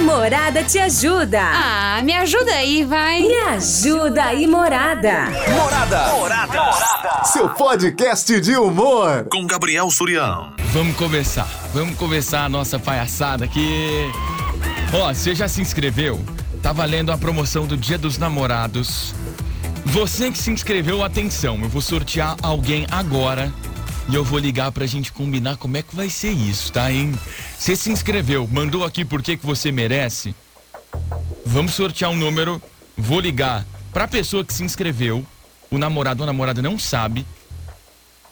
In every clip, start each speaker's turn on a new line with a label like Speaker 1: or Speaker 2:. Speaker 1: Morada te ajuda.
Speaker 2: Ah, me ajuda aí, vai.
Speaker 1: Me ajuda aí, Morada.
Speaker 3: Morada. Morada.
Speaker 4: Seu podcast de humor.
Speaker 3: Com Gabriel Surião.
Speaker 5: Vamos começar, vamos começar a nossa palhaçada aqui. Ó, você já se inscreveu? Tá valendo a promoção do Dia dos Namorados. Você que se inscreveu, atenção, eu vou sortear alguém agora e eu vou ligar pra gente combinar como é que vai ser isso, tá, hein? Você se inscreveu, mandou aqui porque que você merece? Vamos sortear um número, vou ligar pra pessoa que se inscreveu, o namorado ou a namorada não sabe,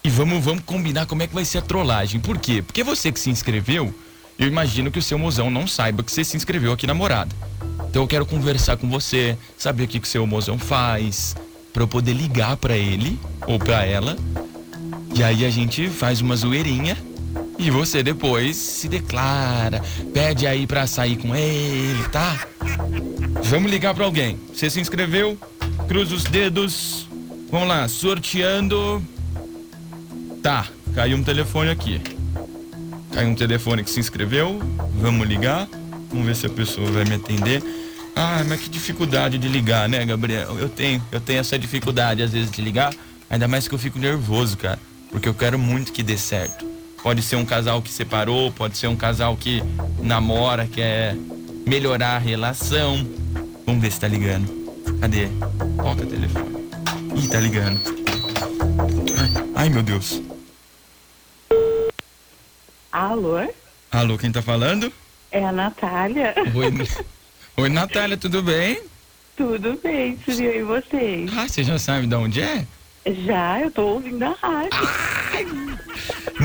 Speaker 5: e vamos, vamos combinar como é que vai ser a trollagem. Por quê? Porque você que se inscreveu, eu imagino que o seu mozão não saiba que você se inscreveu aqui na morada. Então eu quero conversar com você, saber o que, que o seu mozão faz, pra eu poder ligar pra ele ou pra ela. E aí a gente faz uma zoeirinha e você depois se declara, pede aí pra sair com ele, tá? Vamos ligar pra alguém. Você se inscreveu? Cruza os dedos. Vamos lá, sorteando. Tá, caiu um telefone aqui. Caiu um telefone que se inscreveu. Vamos ligar. Vamos ver se a pessoa vai me atender. Ah, mas que dificuldade de ligar, né, Gabriel? Eu tenho, eu tenho essa dificuldade às vezes de ligar. Ainda mais que eu fico nervoso, cara. Porque eu quero muito que dê certo. Pode ser um casal que separou, pode ser um casal que namora, quer melhorar a relação. Vamos ver se tá ligando. Cadê? Toca o telefone. Ih, tá ligando. Ai, meu Deus.
Speaker 6: Alô?
Speaker 5: Alô, quem tá falando?
Speaker 6: É a Natália.
Speaker 5: Oi, Oi Natália, tudo bem?
Speaker 6: Tudo bem, Suriu, e vocês?
Speaker 5: Ah, você já sabe de onde é?
Speaker 6: Já, eu tô ouvindo a rádio.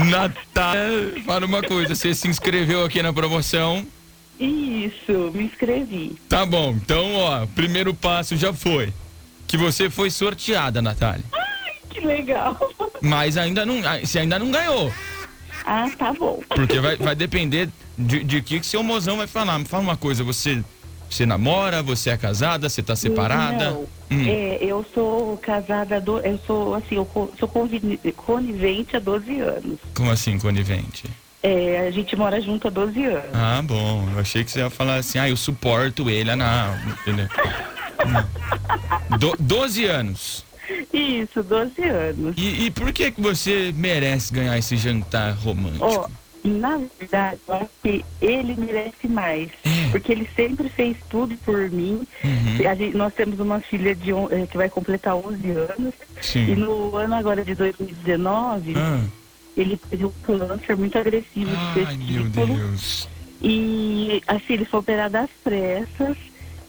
Speaker 5: Natália, fala uma coisa, você se inscreveu aqui na promoção?
Speaker 6: Isso, me inscrevi.
Speaker 5: Tá bom, então, ó, primeiro passo já foi. Que você foi sorteada, Natália.
Speaker 6: Que legal.
Speaker 5: Mas ainda não, ah, você ainda não ganhou.
Speaker 6: Ah, tá bom.
Speaker 5: Porque vai, vai depender de, de que que seu mozão vai falar. Me fala uma coisa, você, você namora, você é casada, você tá separada?
Speaker 6: Não,
Speaker 5: Hum.
Speaker 6: é, eu sou casada, do, eu sou assim, eu co- sou conveni- conivente há 12 anos.
Speaker 5: Como assim, conivente?
Speaker 6: É, a gente mora junto há 12 anos.
Speaker 5: Ah, bom. Eu achei que você ia falar assim, ah, eu suporto ele. Ah, não. Entendeu? Não. Do, 12 anos.
Speaker 6: Isso, 12 anos.
Speaker 5: E, e por que que você merece ganhar esse jantar romântico?
Speaker 6: Ó, na verdade, eu acho que ele merece mais.
Speaker 5: É.
Speaker 6: Porque ele sempre fez tudo por mim.
Speaker 5: Uhum.
Speaker 6: A gente- nós temos uma filha de, on- eh, que vai completar 11 anos. E
Speaker 5: Sim.
Speaker 6: no ano agora de 2019,
Speaker 5: Hum. Ah,
Speaker 6: ele teve um câncer muito agressivo de
Speaker 5: ai, meu
Speaker 6: testículo.
Speaker 5: Deus.
Speaker 6: E assim, ele foi operado às pressas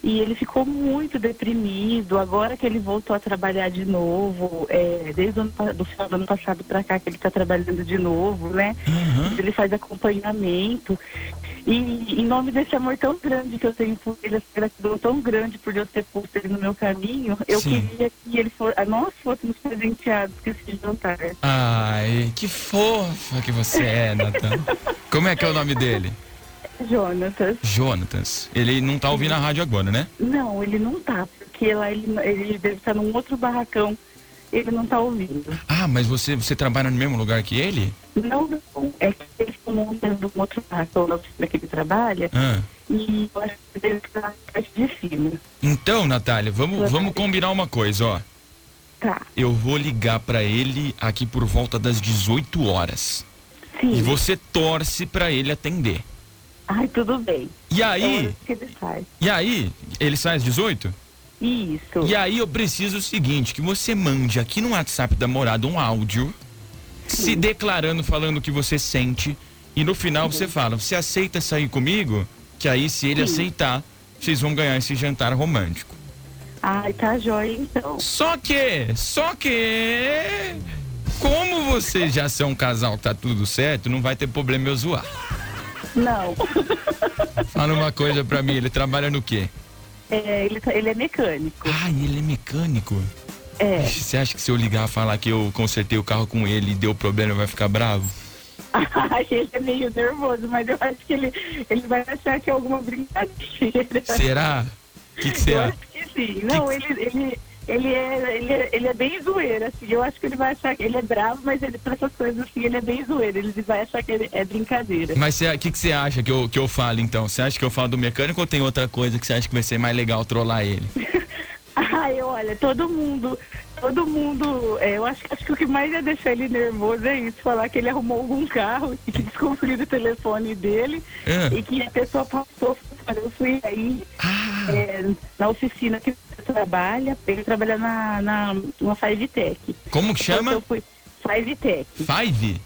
Speaker 6: e ele ficou muito deprimido. Agora que ele voltou a trabalhar de novo, é, desde o ano pa- do final do ano passado pra cá que ele tá trabalhando de novo, né?
Speaker 5: Aham.
Speaker 6: Ele faz acompanhamento. E em nome desse amor tão grande que eu tenho por ele, essa gratidão tão grande por Deus ter posto ele no meu caminho, eu
Speaker 5: Sim.
Speaker 6: queria que ele for, a nós fôssemos presenteados com esse jantar. né,
Speaker 5: Ai, que fofa que você é, Natan. Como é que é o nome dele?
Speaker 6: Jonatas,
Speaker 5: Jonatas. Ele não tá ouvindo a rádio agora, né?
Speaker 6: não, ele não tá, porque lá ele, ele deve estar num outro barracão, ele não tá ouvindo.
Speaker 5: Ah, mas você, você trabalha no mesmo lugar que ele?
Speaker 6: Não, não, é que ele ficou montando um outro barracão na oficina que ele trabalha,
Speaker 5: Ah.
Speaker 6: e eu acho que ele deve estar na parte de cima.
Speaker 5: Então, Natália, vamos, vamos combinar uma coisa, ó.
Speaker 6: Tá,
Speaker 5: Eu vou ligar pra ele aqui por volta das 18 horas. E
Speaker 6: sim,
Speaker 5: você torce pra ele atender.
Speaker 6: ai, tudo bem.
Speaker 5: E
Speaker 6: É
Speaker 5: aí,
Speaker 6: hora que ele faz.
Speaker 5: e aí, ele sai às 18?
Speaker 6: Isso.
Speaker 5: E aí eu preciso o seguinte, que você mande aqui no WhatsApp da morada um áudio se
Speaker 6: Uhum.
Speaker 5: declarando, falando o que você sente e no final
Speaker 6: Uhum.
Speaker 5: você fala, você aceita sair comigo? Que aí se ele aceitar, vocês vão ganhar esse jantar romântico.
Speaker 6: Ai, tá jóia então.
Speaker 5: Só que, só que, como vocês já são um casal, tá tudo certo, não vai ter problema eu zoar.
Speaker 6: Não,
Speaker 5: Fala uma coisa pra mim, ele trabalha no quê?
Speaker 6: é, ele, tá- ele é mecânico.
Speaker 5: Ah, ele é mecânico.
Speaker 6: É,
Speaker 5: Ixi, Você acha que se eu ligar e falar que eu consertei o carro com ele e deu problema, ele vai ficar bravo?
Speaker 6: ai, ele é meio nervoso, mas eu acho que ele, ele vai achar que é alguma brincadeira.
Speaker 5: Será? O que, que
Speaker 6: Eu
Speaker 5: será?
Speaker 6: acho que sim. Não, ele, ele, Ele é, ele, é, ele é bem zoeiro, assim. Eu acho que ele vai achar que ele é bravo, mas ele, pra essas coisas, assim, ele é bem zoeiro. Ele vai achar que ele é brincadeira.
Speaker 5: Mas o que, que você acha que eu, que eu falo então? Você acha que eu falo do mecânico ou tem outra coisa que você acha que vai ser mais legal trollar ele?
Speaker 6: Ai, olha, todo mundo, todo mundo, é, eu acho, acho que o que mais ia deixar ele nervoso é isso, falar que ele arrumou algum carro e que descobriu o telefone dele
Speaker 5: É.
Speaker 6: e que a pessoa passou, falou, eu fui aí
Speaker 5: Ah.
Speaker 6: é, na oficina que ele trabalha, ele trabalha na, na uma Five Tech.
Speaker 5: Como que
Speaker 6: Eu
Speaker 5: chama?
Speaker 6: fui Five Tech,
Speaker 5: Five?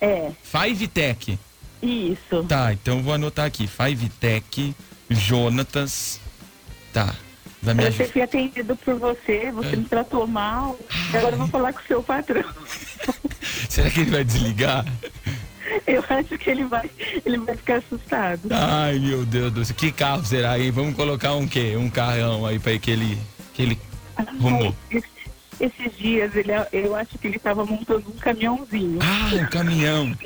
Speaker 6: é,
Speaker 5: Five Tech.
Speaker 6: isso.
Speaker 5: Tá, então vou anotar aqui. Five Tech, Jonatas. Tá. Vai me
Speaker 6: Você
Speaker 5: ajudar.
Speaker 6: fui atendido por você, você me tratou mal,
Speaker 5: Ah,
Speaker 6: e agora eu vou falar com o seu patrão.
Speaker 5: Será que ele vai desligar?
Speaker 6: Eu acho que ele vai, ele vai ficar assustado.
Speaker 5: Ai, meu Deus do céu. Que carro será aí? Vamos colocar um quê? Um carrão aí pra aquele. aquele rumor.
Speaker 6: Esses- Esses dias, ele, eu acho que ele estava montando um caminhãozinho.
Speaker 5: Ah, um caminhão.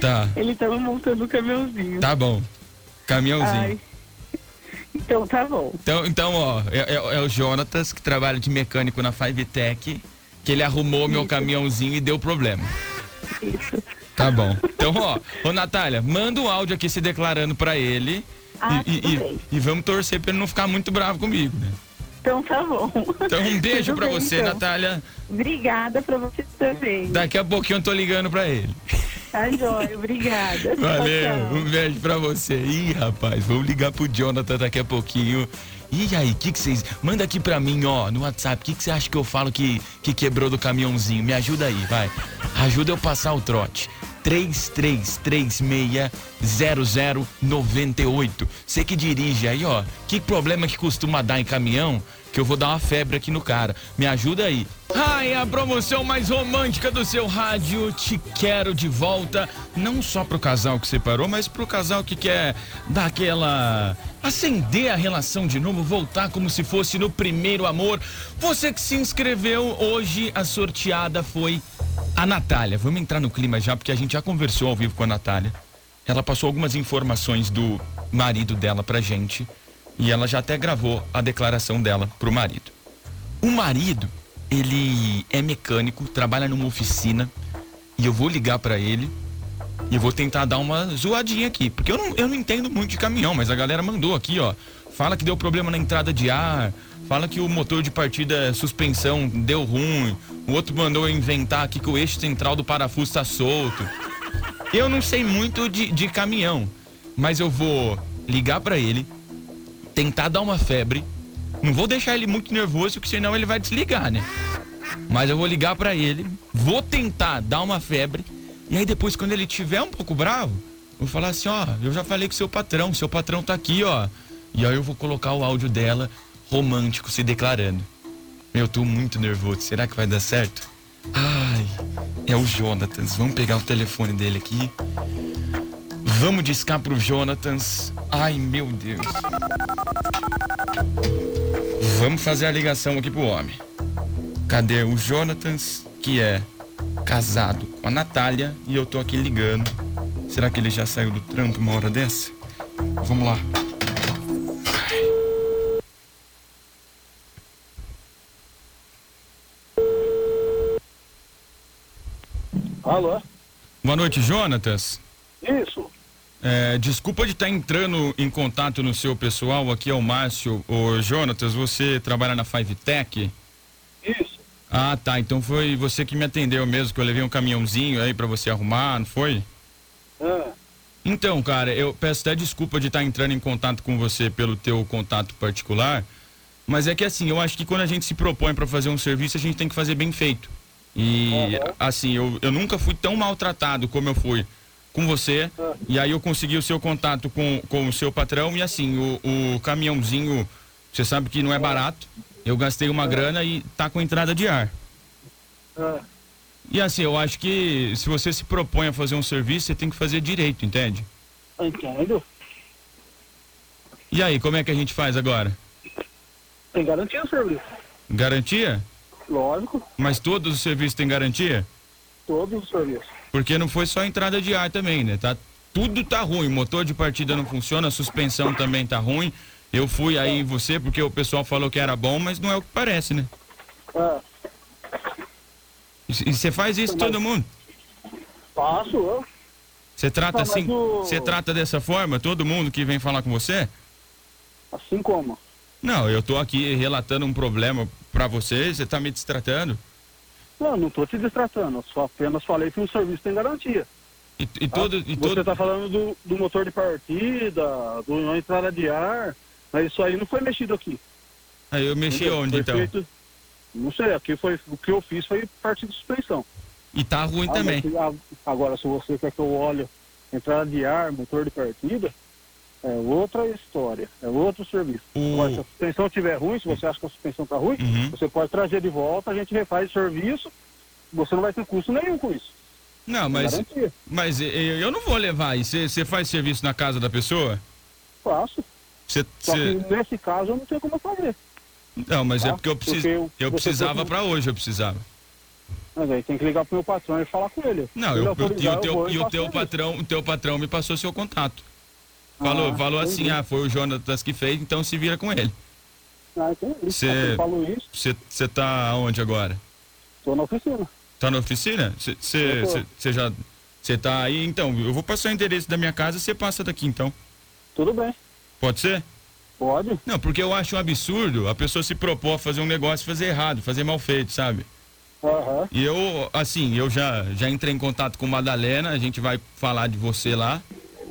Speaker 5: Tá,
Speaker 6: ele estava montando um caminhãozinho.
Speaker 5: tá bom. Caminhãozinho.
Speaker 6: Ai. Então tá bom.
Speaker 5: Então, então, ó, é, é- é o Jonatas, que trabalha de mecânico na Five Tech, que ele arrumou meu caminhãozinho e deu problema.
Speaker 6: Isso.
Speaker 5: Tá bom. Então, ó, ô Natália, manda um áudio aqui se declarando pra ele.
Speaker 6: Ah,
Speaker 5: e,
Speaker 6: tudo
Speaker 5: e-
Speaker 6: bem.
Speaker 5: e vamos torcer pra ele não ficar muito bravo comigo, né?
Speaker 6: Então tá bom.
Speaker 5: Então, um beijo
Speaker 6: Tudo
Speaker 5: pra
Speaker 6: bem,
Speaker 5: você,
Speaker 6: então.
Speaker 5: Natália.
Speaker 6: Obrigada pra você também.
Speaker 5: Daqui a pouquinho eu tô ligando pra ele.
Speaker 6: Tá jóia, obrigada. Tchau,
Speaker 5: Valeu,
Speaker 6: tchau.
Speaker 5: um beijo pra você. Ih, rapaz, vamos ligar pro Jonathan daqui a pouquinho. E aí, o que que vocês. Manda aqui pra mim, ó, no WhatsApp, o que que você acha que eu falo que, que quebrou do caminhãozinho? Me ajuda aí, vai. Ajuda eu passar o trote. 33360098. Você que dirige aí, ó. Que problema que costuma dar em caminhão? Que eu vou dar uma febre aqui no cara. Me ajuda aí. Ai, a promoção mais romântica do seu rádio. Te quero de volta. Não só pro casal que separou, mas pro casal que quer dar aquela. acender a relação de novo, voltar como se fosse no primeiro amor. Você que se inscreveu, hoje a sorteada foi a Natália. Vamos entrar no clima já, porque a gente já conversou ao vivo com a Natália. Ela passou algumas informações do marido dela pra gente. E ela já até gravou a declaração dela pro marido. O marido, ele é mecânico, trabalha numa oficina e eu vou ligar pra ele e eu vou tentar dar uma zoadinha aqui, porque eu não, eu não entendo muito de caminhão, mas a galera mandou aqui, ó. Fala que deu problema na entrada de ar, fala que o motor de partida, suspensão deu ruim. O outro mandou eu inventar aqui que o eixo central do parafuso tá solto. Eu não sei muito de, de caminhão, mas eu vou ligar pra ele, tentar dar uma febre. Não vou deixar ele muito nervoso, porque senão ele vai desligar, né? Mas eu vou ligar pra ele, vou tentar dar uma febre, e aí depois, quando ele tiver um pouco bravo, eu vou falar assim: ó, eu já falei com seu patrão, seu patrão tá aqui, ó. E aí eu vou colocar o áudio dela, romântico, se declarando. Eu tô muito nervoso, será que vai dar certo? Ai, é o Jonatas. Vamos pegar o telefone dele aqui. Vamos discar pro Jonatas. Ai, meu Deus. Vamos fazer a ligação aqui pro homem. Cadê o Jonatas, que é casado com a Natália, e eu tô aqui ligando. Será que ele já saiu do trampo uma hora dessa? Vamos lá.
Speaker 7: Alô?
Speaker 5: Boa noite, Jonatas.
Speaker 7: Isso.
Speaker 5: É, desculpa de estar entrando em contato no seu pessoal, aqui é o Márcio. Ô, Jonatas, você trabalha na Five Tech?
Speaker 7: Isso.
Speaker 5: Ah, tá, então foi você que me atendeu mesmo, que eu levei um caminhãozinho aí pra você arrumar, não foi?
Speaker 7: Ah,
Speaker 5: Então, cara, eu peço até desculpa de estar entrando em contato com você pelo teu contato particular, mas é que assim, eu acho que quando a gente se propõe para fazer um serviço, a gente tem que fazer bem feito. E
Speaker 7: Uhum.
Speaker 5: assim, eu, eu nunca fui tão maltratado como eu fui com você, e aí eu consegui o seu contato com, com o seu patrão, e assim, o, o caminhãozinho, você sabe que não é barato, eu gastei uma grana e tá com entrada de ar.
Speaker 7: ah,
Speaker 5: E assim, eu acho que se você se propõe a fazer um serviço, você tem que fazer direito, entende?
Speaker 7: entendo.
Speaker 5: E aí, como é que a gente faz agora?
Speaker 7: Tem garantia o serviço.
Speaker 5: Garantia?
Speaker 7: Lógico,
Speaker 5: Mas todos os serviços têm garantia?
Speaker 7: todos os serviços.
Speaker 5: Porque não foi só a entrada de ar também, né? Tá, tudo tá ruim, motor de partida não funciona, a suspensão também tá ruim. Eu fui aí em você porque o pessoal falou que era bom, mas não é o que parece, né?
Speaker 7: Ah,
Speaker 5: E você faz isso todo mundo.
Speaker 7: passo, eu.
Speaker 5: Você trata
Speaker 7: Não, mas
Speaker 5: assim,
Speaker 7: o-
Speaker 5: você trata dessa forma todo mundo que vem falar com você?
Speaker 7: Assim como?
Speaker 5: Não, eu tô aqui relatando um problema pra você, você tá me destratando.
Speaker 7: Não, não tô te destratando. Eu só apenas falei que o serviço tem garantia.
Speaker 5: E, e todo, e
Speaker 7: Você
Speaker 5: todo...
Speaker 7: tá falando do, do motor de partida, do não entrada de ar, mas isso aí não foi mexido aqui.
Speaker 5: Aí eu mexi
Speaker 7: entendeu?
Speaker 5: onde
Speaker 7: Foi
Speaker 5: então?
Speaker 7: feito- Não sei, aqui foi o que eu fiz foi parte de suspensão.
Speaker 5: E tá ruim
Speaker 7: Ah,
Speaker 5: também.
Speaker 7: mas, ah, Agora, se você quer que eu olhe entrada de ar, motor de partida, é outra história, é outro serviço.
Speaker 5: O-
Speaker 7: Agora, se a suspensão estiver ruim, se você acha que a suspensão está ruim,
Speaker 5: Uhum.
Speaker 7: você pode trazer de volta, a gente refaz o serviço, você não vai ter custo nenhum com isso.
Speaker 5: Não, mas,
Speaker 7: Garantia.
Speaker 5: mas eu- eu não vou levar aí. Você você faz serviço na casa da pessoa?
Speaker 7: Faço.
Speaker 5: Você,
Speaker 7: Só
Speaker 5: você-
Speaker 7: que nesse caso eu não tenho como fazer.
Speaker 5: Não, mas é
Speaker 7: Tá?
Speaker 5: porque eu, preciso,
Speaker 7: Porque eu-
Speaker 5: eu
Speaker 7: você
Speaker 5: precisava
Speaker 7: pode-
Speaker 5: pra hoje, eu precisava.
Speaker 7: Mas aí tem que ligar pro meu patrão e falar com ele.
Speaker 5: Não,
Speaker 7: Se ele
Speaker 5: eu, eu- e o
Speaker 7: autorizar, vou
Speaker 5: teu, e o
Speaker 7: faço
Speaker 5: teu
Speaker 7: serviço.
Speaker 5: patrão, o teu patrão me passou seu contato. Falou,
Speaker 7: Ah,
Speaker 5: falou assim,
Speaker 7: entendi.
Speaker 5: ah, foi o Jonatas que fez, então se vira com ele.
Speaker 7: Ah, entendi.
Speaker 5: Cê-
Speaker 7: Eu falo isso,
Speaker 5: Você tá onde agora?
Speaker 7: tô na oficina.
Speaker 5: Tá na oficina?
Speaker 7: Eu tô.
Speaker 5: Você já. Você tá aí? Então, eu vou passar o endereço da minha casa, você passa daqui então.
Speaker 7: Tudo bem,
Speaker 5: Pode ser?
Speaker 7: pode.
Speaker 5: Não, porque eu acho um absurdo a pessoa se propor a fazer um negócio e fazer errado, fazer mal feito, sabe?
Speaker 7: Aham.
Speaker 5: E eu, assim, eu já, já entrei em contato com Madalena, a gente vai falar de você lá.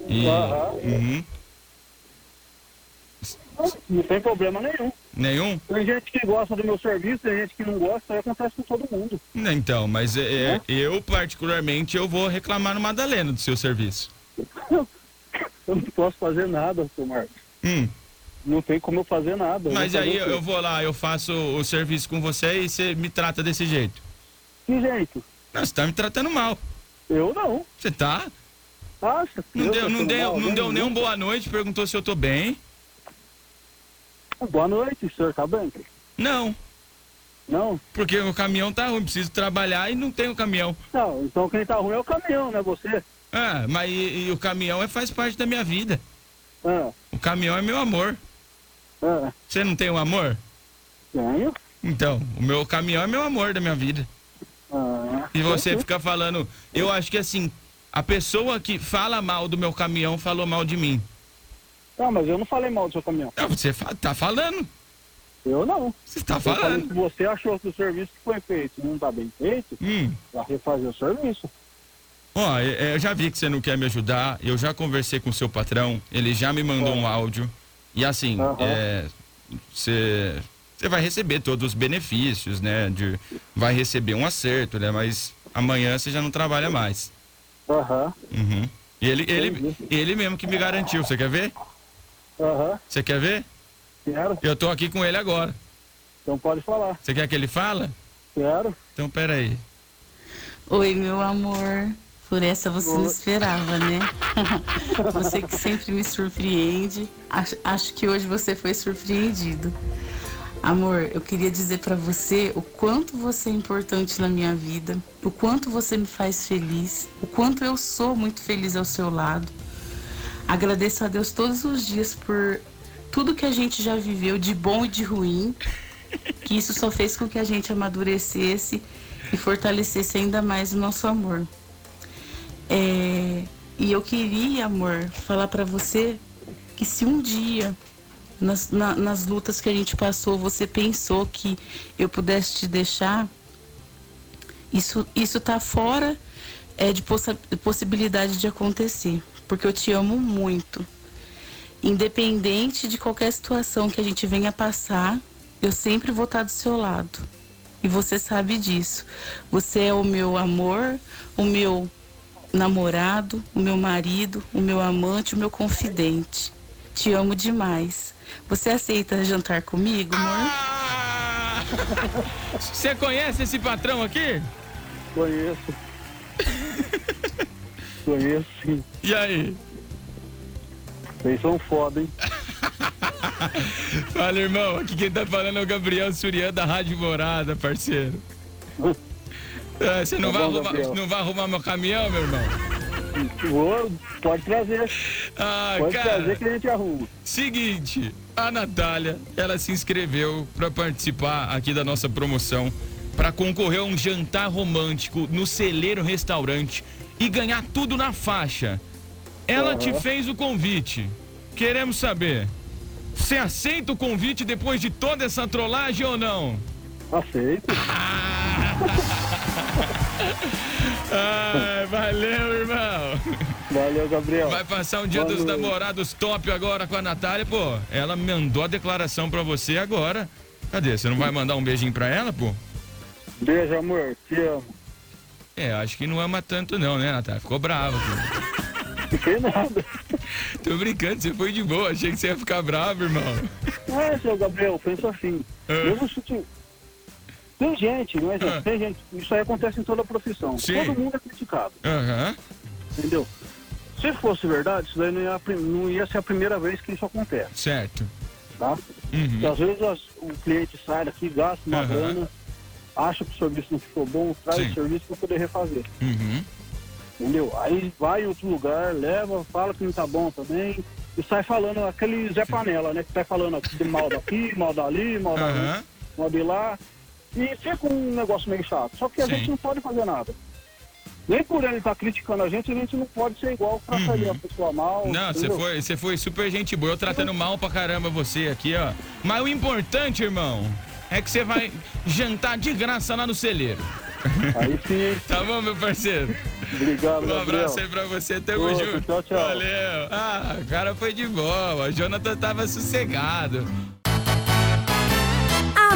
Speaker 5: E.
Speaker 7: Aham.
Speaker 5: Uhum.
Speaker 7: Não tem problema nenhum.
Speaker 5: Nenhum?
Speaker 7: Tem gente que gosta do meu serviço, tem gente que não gosta, isso aí acontece com todo mundo.
Speaker 5: Não, Então, mas é, é,
Speaker 7: Hã?
Speaker 5: eu particularmente eu vou reclamar no Madalena do seu serviço.
Speaker 7: Eu não posso fazer nada, seu Marcos.
Speaker 5: Hum,
Speaker 7: Não tem como eu fazer nada. Eu
Speaker 5: mas
Speaker 7: vou fazer
Speaker 5: aí
Speaker 7: o
Speaker 5: eu,
Speaker 7: quê?
Speaker 5: eu vou lá, eu faço o serviço com você e você me trata desse jeito.
Speaker 7: Que jeito?
Speaker 5: Não, você tá me tratando mal.
Speaker 7: Eu não.
Speaker 5: Você tá?
Speaker 7: Acha?
Speaker 5: Não
Speaker 7: Eu tô
Speaker 5: deu, não
Speaker 7: sendo
Speaker 5: deu,
Speaker 7: mal,
Speaker 5: não
Speaker 7: né?
Speaker 5: deu nem um boa noite, perguntou se eu tô bem.
Speaker 7: Boa noite, senhor tá bem?
Speaker 5: Não,
Speaker 7: Não?
Speaker 5: porque o caminhão tá ruim, preciso trabalhar e não tenho caminhão.
Speaker 7: Não, então quem tá ruim é o caminhão, né? Você?
Speaker 5: Ah, mas e, e o caminhão é, faz parte da minha vida.
Speaker 7: Ah,
Speaker 5: O caminhão é meu amor.
Speaker 7: ah,
Speaker 5: Você não tem um amor?
Speaker 7: ganho.
Speaker 5: Então, o meu caminhão é meu amor da minha vida.
Speaker 7: Ah,
Speaker 5: E você
Speaker 7: tranquilo.
Speaker 5: fica falando, eu acho que assim, a pessoa que fala mal do meu caminhão falou mal de mim.
Speaker 7: Não, mas eu não falei mal do seu caminhão.
Speaker 5: Não, você fa- tá falando.
Speaker 7: Eu não.
Speaker 5: Você tá
Speaker 7: Eu falei que
Speaker 5: falando.
Speaker 7: você achou que o serviço que foi feito não tá bem feito,
Speaker 5: Hum.
Speaker 7: vai refazer o serviço.
Speaker 5: Ó, é- é, eu já vi que você não quer me ajudar. Eu já conversei com o seu patrão, ele já me mandou
Speaker 7: É.
Speaker 5: um áudio. E assim,
Speaker 7: Aham.
Speaker 5: é, você você vai receber todos os benefícios, né? De, vai receber um acerto, né? Mas amanhã você já não trabalha mais.
Speaker 7: Aham,
Speaker 5: Uhum. E ele, ele,
Speaker 7: Entendi.
Speaker 5: ele mesmo que me garantiu. Você quer ver?
Speaker 7: aham,
Speaker 5: Você quer ver?
Speaker 7: quero.
Speaker 5: Eu tô aqui com ele agora.
Speaker 7: Então pode falar.
Speaker 5: Você quer que ele fala?
Speaker 7: Quero.
Speaker 5: Então pera aí.
Speaker 8: Oi, meu amor. Por essa você não esperava, né? você que sempre me surpreende. Acho, acho que hoje você foi surpreendido. Amor, eu queria dizer pra você o quanto você é importante na minha vida, o quanto você me faz feliz, o quanto eu sou muito feliz ao seu lado. Agradeço a Deus todos os dias por tudo que a gente já viveu, de bom e de ruim, que isso só fez com que a gente amadurecesse e fortalecesse ainda mais o nosso amor. É, e eu queria, amor, falar pra você que se um dia nas, na- nas lutas que a gente passou você pensou que eu pudesse te deixar, isso isso tá fora é, de possi- possibilidade de acontecer, porque eu te amo muito. Independente de qualquer situação que a gente venha passar, eu sempre vou estar do seu lado. E você sabe disso. Você é o meu amor, o meu namorado, o meu marido, o meu amante, o meu confidente. Te amo demais. Você aceita jantar comigo, amor?
Speaker 5: Ah! Você conhece esse patrão aqui?
Speaker 7: Conheço. Conheço, sim.
Speaker 5: E aí?
Speaker 7: Vocês são foda, hein?
Speaker 5: Fala, irmão. Aqui quem tá falando é o Gabriel Surian da Rádio Morada, parceiro. É, Ah, Você não,
Speaker 7: Tá
Speaker 5: vai
Speaker 7: bom,
Speaker 5: arrumar,
Speaker 7: Gabriel.
Speaker 5: não vai arrumar meu caminhão, meu irmão?
Speaker 7: Vou, pode trazer.
Speaker 5: Ah,
Speaker 7: Pode
Speaker 5: cara.
Speaker 7: trazer que a gente arruma.
Speaker 5: Seguinte, a Natália, ela se inscreveu pra participar aqui da nossa promoção pra concorrer a um jantar romântico no Celeiro Restaurante e ganhar tudo na faixa. Ela te fez o convite. Queremos saber. Você aceita o convite depois de toda essa trollagem ou não?
Speaker 7: Aceito.
Speaker 5: Ai, Ah, valeu, irmão.
Speaker 7: Valeu, Gabriel.
Speaker 5: Vai passar um dia
Speaker 7: Boa
Speaker 5: dos
Speaker 7: noite.
Speaker 5: namorados top agora com a Natália, pô. Ela mandou a declaração pra você agora. Cadê? Você não vai mandar um beijinho pra ela, pô?
Speaker 7: Beijo, amor. Te amo.
Speaker 5: É, acho que não ama tanto não, né, Natália? Ficou brava, pô.
Speaker 7: Fiquei nada.
Speaker 5: Tô brincando, você foi de boa. Achei que você ia ficar bravo, irmão.
Speaker 7: Ah, seu Gabriel, pensa assim.
Speaker 5: Ah.
Speaker 7: Eu não sinto. Tem gente, mas
Speaker 5: Ah.
Speaker 7: tem gente. Isso aí acontece em toda a profissão.
Speaker 5: Sim.
Speaker 7: Todo mundo é criticado,
Speaker 5: Aham.
Speaker 7: entendeu? Se fosse verdade, isso daí não ia, não ia ser a primeira vez que isso acontece.
Speaker 5: Certo.
Speaker 7: tá?
Speaker 5: Uhum.
Speaker 7: E às vezes as- o cliente sai daqui, gasta uma
Speaker 5: Aham.
Speaker 7: grana, acha que o serviço não ficou bom, traz
Speaker 5: Sim.
Speaker 7: o serviço para poder refazer,
Speaker 5: Uhum.
Speaker 7: entendeu? Aí vai em outro lugar, leva, fala que não tá bom também, e sai falando aquele Zé Panela, né? Que sai falando de mal daqui, mal dali, mal dali,
Speaker 5: Aham.
Speaker 7: mal de lá, e fica um negócio meio chato. Só que a
Speaker 5: Sim.
Speaker 7: gente não pode fazer nada. Nem por ele estar criticando a gente, a gente não pode ser igual pra sair a pessoa mal.
Speaker 5: Uhum. Não, você
Speaker 7: entendeu?
Speaker 5: foi, você foi super gente boa. Eu tratando mal pra caramba você aqui, ó. Mas o importante, irmão, é que você vai jantar de graça lá no celeiro.
Speaker 7: Aí sim,
Speaker 5: Tá bom, meu parceiro?
Speaker 7: obrigado,
Speaker 5: Um
Speaker 7: Gabriel.
Speaker 5: abraço aí pra você, tamo
Speaker 7: Outro,
Speaker 5: junto.
Speaker 7: tchau, tchau.
Speaker 5: Valeu. Ah, o cara foi de boa. O Jonathan tava sossegado.
Speaker 1: A